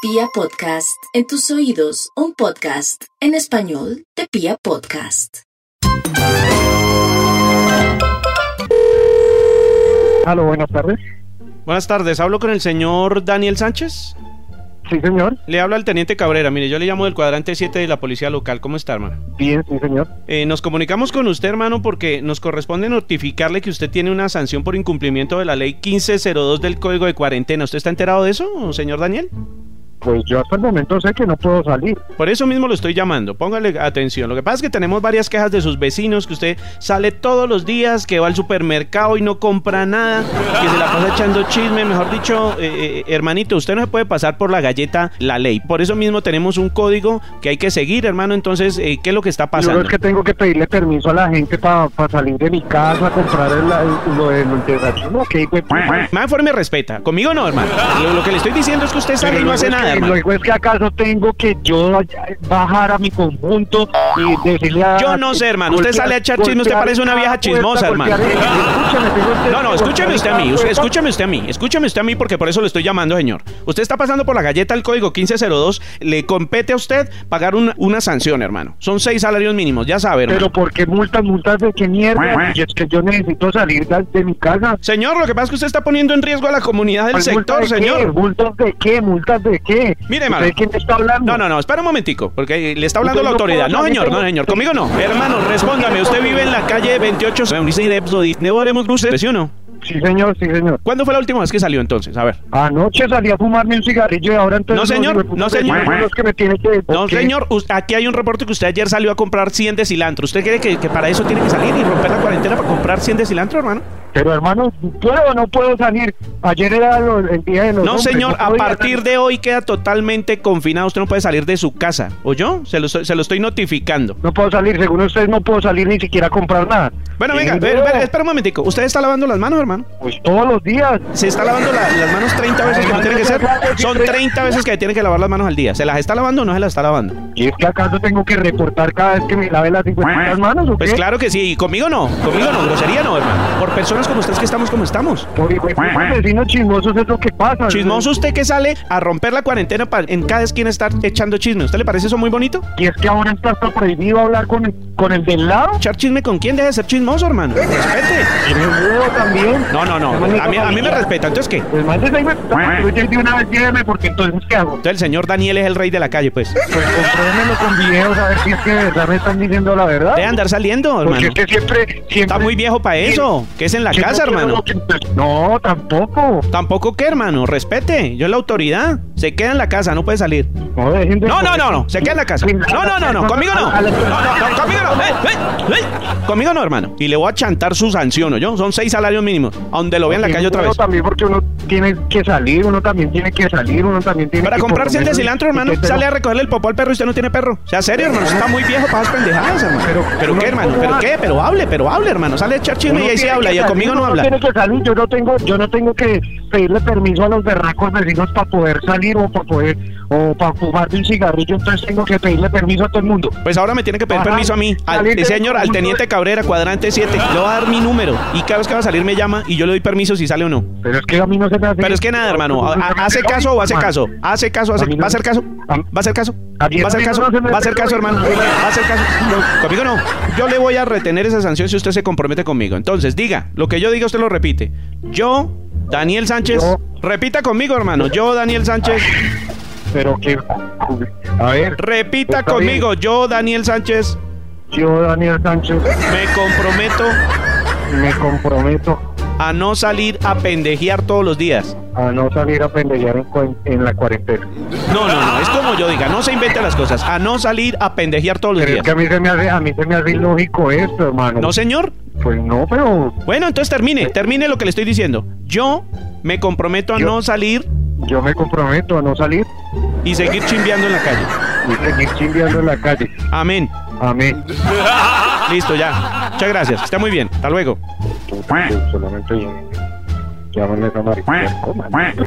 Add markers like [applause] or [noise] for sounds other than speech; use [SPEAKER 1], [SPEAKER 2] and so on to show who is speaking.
[SPEAKER 1] Pia Podcast, en tus oídos, un podcast en español de Pia Podcast.
[SPEAKER 2] Aló, buenas tardes.
[SPEAKER 3] Buenas tardes, hablo con el señor Daniel Sánchez.
[SPEAKER 2] Sí, señor.
[SPEAKER 3] Le habla el teniente Cabrera, mire, yo le llamo del cuadrante 7 de la policía local. ¿Cómo está, hermano?
[SPEAKER 2] Bien, sí, señor.
[SPEAKER 3] Eh, nos comunicamos con usted, hermano, porque nos corresponde notificarle que usted tiene una sanción por incumplimiento de la ley 1502 del Código de Cuarentena. ¿Usted está enterado de eso, señor Daniel?
[SPEAKER 2] Pues yo hasta el momento sé que no puedo salir.
[SPEAKER 3] Por eso mismo lo estoy llamando, póngale atención. Lo que pasa es que tenemos varias quejas de sus vecinos, que usted sale todos los días, que va al supermercado y no compra nada, que se la pasa echando chisme. Mejor dicho, eh, eh, hermanito, usted no se puede pasar por la galleta la ley. Por eso mismo tenemos un código que hay que seguir, hermano. Entonces, eh, ¿qué es lo que está
[SPEAKER 2] Yo
[SPEAKER 3] pasando?
[SPEAKER 2] creo que tengo que pedirle permiso a la gente para salir de mi casa, comprar el, el- lo del desayuno. ok, pues,
[SPEAKER 3] Más forma me respeta. Conmigo no, hermano. Lo, lo que le estoy diciendo es que usted sale y no hace
[SPEAKER 2] es
[SPEAKER 3] nada,
[SPEAKER 2] que,
[SPEAKER 3] hermano.
[SPEAKER 2] luego es que acaso tengo que yo bajar a mi conjunto y decirle a...
[SPEAKER 3] Yo no sé, hermano, usted sale a echar chisme, usted
[SPEAKER 2] golpear
[SPEAKER 3] parece una vieja
[SPEAKER 2] cada
[SPEAKER 3] chismosa,
[SPEAKER 2] puerta,
[SPEAKER 3] hermano. [laughs]
[SPEAKER 2] golpear- Escúcheme, tengo usted
[SPEAKER 3] No, no,
[SPEAKER 2] que
[SPEAKER 3] escúcheme
[SPEAKER 2] golpear
[SPEAKER 3] usted a mí,
[SPEAKER 2] cada
[SPEAKER 3] usted-
[SPEAKER 2] puerta.
[SPEAKER 3] escúcheme usted a mí, escúcheme usted a mí porque por eso le estoy llamando, señor. Usted está pasando por la galleta del código 1502, le compete a usted pagar una, una sanción, hermano. Son seis salarios mínimos, ya sabe, hermano.
[SPEAKER 2] Pero ¿por qué multas, multas de qué mierda? Y es que yo necesito salir de, de mi casa.
[SPEAKER 3] Señor, lo que pasa es que usted está poniendo en riesgo a la comunidad del
[SPEAKER 2] ¿Cuál multa
[SPEAKER 3] sector,
[SPEAKER 2] de Qué?
[SPEAKER 3] señor.
[SPEAKER 2] Pues, ¿Multas de qué? ¿Multas de qué?
[SPEAKER 3] Mire,
[SPEAKER 2] ¿Usted
[SPEAKER 3] mano.
[SPEAKER 2] ¿De quién me está hablando?
[SPEAKER 3] No, no, no, espera un momentico, porque eh, le está hablando la
[SPEAKER 2] Entonces, no
[SPEAKER 3] autoridad.
[SPEAKER 2] puedo
[SPEAKER 3] No,
[SPEAKER 2] salir,
[SPEAKER 3] señor, no,
[SPEAKER 2] tengo-
[SPEAKER 3] señor, conmigo no. Hermano, respóndame, usted vive en la calle 28, ¿no haremos cruces, sí o no?
[SPEAKER 2] Sí, señor, sí, señor.
[SPEAKER 3] ¿Cuándo fue la última vez que salió entonces? A ver.
[SPEAKER 2] Anoche salí a fumarme un cigarrillo y ahora entonces...
[SPEAKER 3] No, señor,
[SPEAKER 2] digo,
[SPEAKER 3] no,
[SPEAKER 2] puta,
[SPEAKER 3] señor.
[SPEAKER 2] son los que me tienen que-
[SPEAKER 3] No,
[SPEAKER 2] ¿por qué?
[SPEAKER 3] señor, us- aquí hay un reporte que usted ayer salió a comprar 100 de cilantro. ¿Usted cree que, que para eso tiene que salir y romper la cuarentena para comprar 100 de cilantro, hermano?
[SPEAKER 2] Pero, hermano, ¿puedo o no puedo salir? Ayer era lo- el día de los
[SPEAKER 3] No,
[SPEAKER 2] hombres,
[SPEAKER 3] señor, a
[SPEAKER 2] podía
[SPEAKER 3] partir
[SPEAKER 2] salir.
[SPEAKER 3] de hoy queda totalmente confinado. Usted no puede salir de su casa. ¿O yo? Se lo, estoy- se lo estoy notificando.
[SPEAKER 2] No puedo salir, según ustedes no puedo salir ni siquiera a comprar nada.
[SPEAKER 3] Bueno,
[SPEAKER 2] Sí,
[SPEAKER 3] venga, eh,
[SPEAKER 2] no.
[SPEAKER 3] ve- ve- espera un momentico. ¿Usted está lavando las manos, hermano?
[SPEAKER 2] Pues todos los días.
[SPEAKER 3] ¿Se está lavando la- las manos 30 veces como tiene que ser? Son 30 veces que tiene que lavar las manos al día. ¿Se las está lavando o no se las está lavando?
[SPEAKER 2] ¿Y es que acaso tengo que reportar cada vez que me lave las 50 manos o qué?
[SPEAKER 3] Pues claro que sí. Conmigo no. Conmigo no. Grosería no, hermano. Por personas como ustedes que estamos como estamos.
[SPEAKER 2] Por hijo de puta, vecinos chismosos es lo que pasa.
[SPEAKER 3] Chismoso usted que sale a romper la cuarentena para en cada esquina estar echando chisme. ¿Usted le parece eso muy bonito?
[SPEAKER 2] Y es que ahora está hasta prohibido hablar con el, con el del lado.
[SPEAKER 3] ¿Echar chisme con quién? Deja de ser chismoso, hermano.
[SPEAKER 2] Pues,
[SPEAKER 3] Respete.
[SPEAKER 2] Y me huevo también.
[SPEAKER 3] No, no, no. A mí, a mí me respeta. Entonces, ¿qué?
[SPEAKER 2] Pues más de ahí me pero ya de una vez lléveme porque entonces ¿qué hago?
[SPEAKER 3] Entonces el señor Daniel es el rey de la calle, pues.
[SPEAKER 2] Pues compruébenmelo con videos a ver si es que de verdad me están diciendo la verdad.
[SPEAKER 3] Deja andar saliendo,
[SPEAKER 2] porque
[SPEAKER 3] hermano.
[SPEAKER 2] es que siempre, siempre...
[SPEAKER 3] Está muy viejo para eso. Que es en la
[SPEAKER 2] Yo no
[SPEAKER 3] casa,
[SPEAKER 2] quiero
[SPEAKER 3] hermano.
[SPEAKER 2] lo que- No, tampoco.
[SPEAKER 3] Tampoco que, hermano. Respete. Yo es la autoridad. Se queda en la casa, no puede salir.
[SPEAKER 2] No, dejen de...
[SPEAKER 3] No, no, no, no. Se queda en la casa.
[SPEAKER 2] Sí,
[SPEAKER 3] No, no, no, no. Conmigo no. No, no, no. Conmigo no. Eh, eh, eh. Conmigo no, hermano. Y le voy a chantar su sanción, yo. Son seis salarios mínimos. A donde lo vean en la calle otra
[SPEAKER 2] Uno
[SPEAKER 3] vez.
[SPEAKER 2] también porque uno tiene que salir, uno también tiene que salir, uno también tiene
[SPEAKER 3] Para
[SPEAKER 2] que por
[SPEAKER 3] comprar
[SPEAKER 2] lo
[SPEAKER 3] 100 de
[SPEAKER 2] menos-
[SPEAKER 3] cilantro, hermano,
[SPEAKER 2] Pero-
[SPEAKER 3] sale a recogerle el popó al perro y usted no tiene perro. Sea serio, hermano, usted está muy viejo para esas pendejadas, hermano. Pero,
[SPEAKER 2] Pero-
[SPEAKER 3] qué, hermano, pero qué, pero hable, pero hable, hermano. Sale a echar chisme
[SPEAKER 2] Uno
[SPEAKER 3] y ahí sí
[SPEAKER 2] tiene
[SPEAKER 3] habla,
[SPEAKER 2] que
[SPEAKER 3] y
[SPEAKER 2] salir,
[SPEAKER 3] conmigo no
[SPEAKER 2] uno
[SPEAKER 3] habla.
[SPEAKER 2] tiene que salir, yo no tengo, yo no tengo que pedirle permiso a los berracos vecinos para poder salir o para poder o para fumarme un cigarrillo, entonces tengo que pedirle permiso a todo el mundo.
[SPEAKER 3] Pues ahora me tiene que pedir
[SPEAKER 2] Ajá,
[SPEAKER 3] permiso a mí, al
[SPEAKER 2] salir de-
[SPEAKER 3] señor, al teniente Cabrera, cuadrante 7. Le voy a dar mi número y cada vez que va a salir me llama y yo le doy permiso si sale o no.
[SPEAKER 2] Pero es que a mí no se me hace.
[SPEAKER 3] Pero es que nada, hermano, a- a- hace caso o hace caso. Hace caso, hace, va a hacer caso. Va a hacer caso. Va a hacer caso. Va a hacer caso, hermano. Va a hacer caso. Conmigo no. Yo le voy a retener esa sanción si usted se compromete conmigo. Entonces, diga, lo que yo diga usted lo repite. Yo, Daniel Sánchez,
[SPEAKER 2] Yo.
[SPEAKER 3] repita conmigo, hermano. Yo, Daniel Sánchez,
[SPEAKER 2] Pero que a ver,
[SPEAKER 3] repita
[SPEAKER 2] Está bien.
[SPEAKER 3] conmigo. Yo, Daniel Sánchez,
[SPEAKER 2] yo Daniel Sánchez
[SPEAKER 3] me comprometo
[SPEAKER 2] me comprometo
[SPEAKER 3] a no salir a pendejear todos los días.
[SPEAKER 2] a no salir a pendejear en, cuen- en la cuarentena.
[SPEAKER 3] No, no, no. Es como yo diga, no se inventa las cosas. A no salir a pendejear todos los
[SPEAKER 2] Pero es
[SPEAKER 3] días.
[SPEAKER 2] que a mí se me hace, a mí se me hace ilógico esto, hermano.
[SPEAKER 3] No, señor.
[SPEAKER 2] Pues no, pero
[SPEAKER 3] Bueno, entonces termine, termine lo que le estoy diciendo. Yo me comprometo a
[SPEAKER 2] Yo-
[SPEAKER 3] no salir
[SPEAKER 2] yo me comprometo a no salir
[SPEAKER 3] y seguir chimbeando en la calle.
[SPEAKER 2] y seguir chimbeando en la calle.
[SPEAKER 3] Amén.
[SPEAKER 2] Amén.
[SPEAKER 3] Listo, ya. Muchas gracias. Está muy bien. Hasta luego.
[SPEAKER 2] Solamente llámame a María.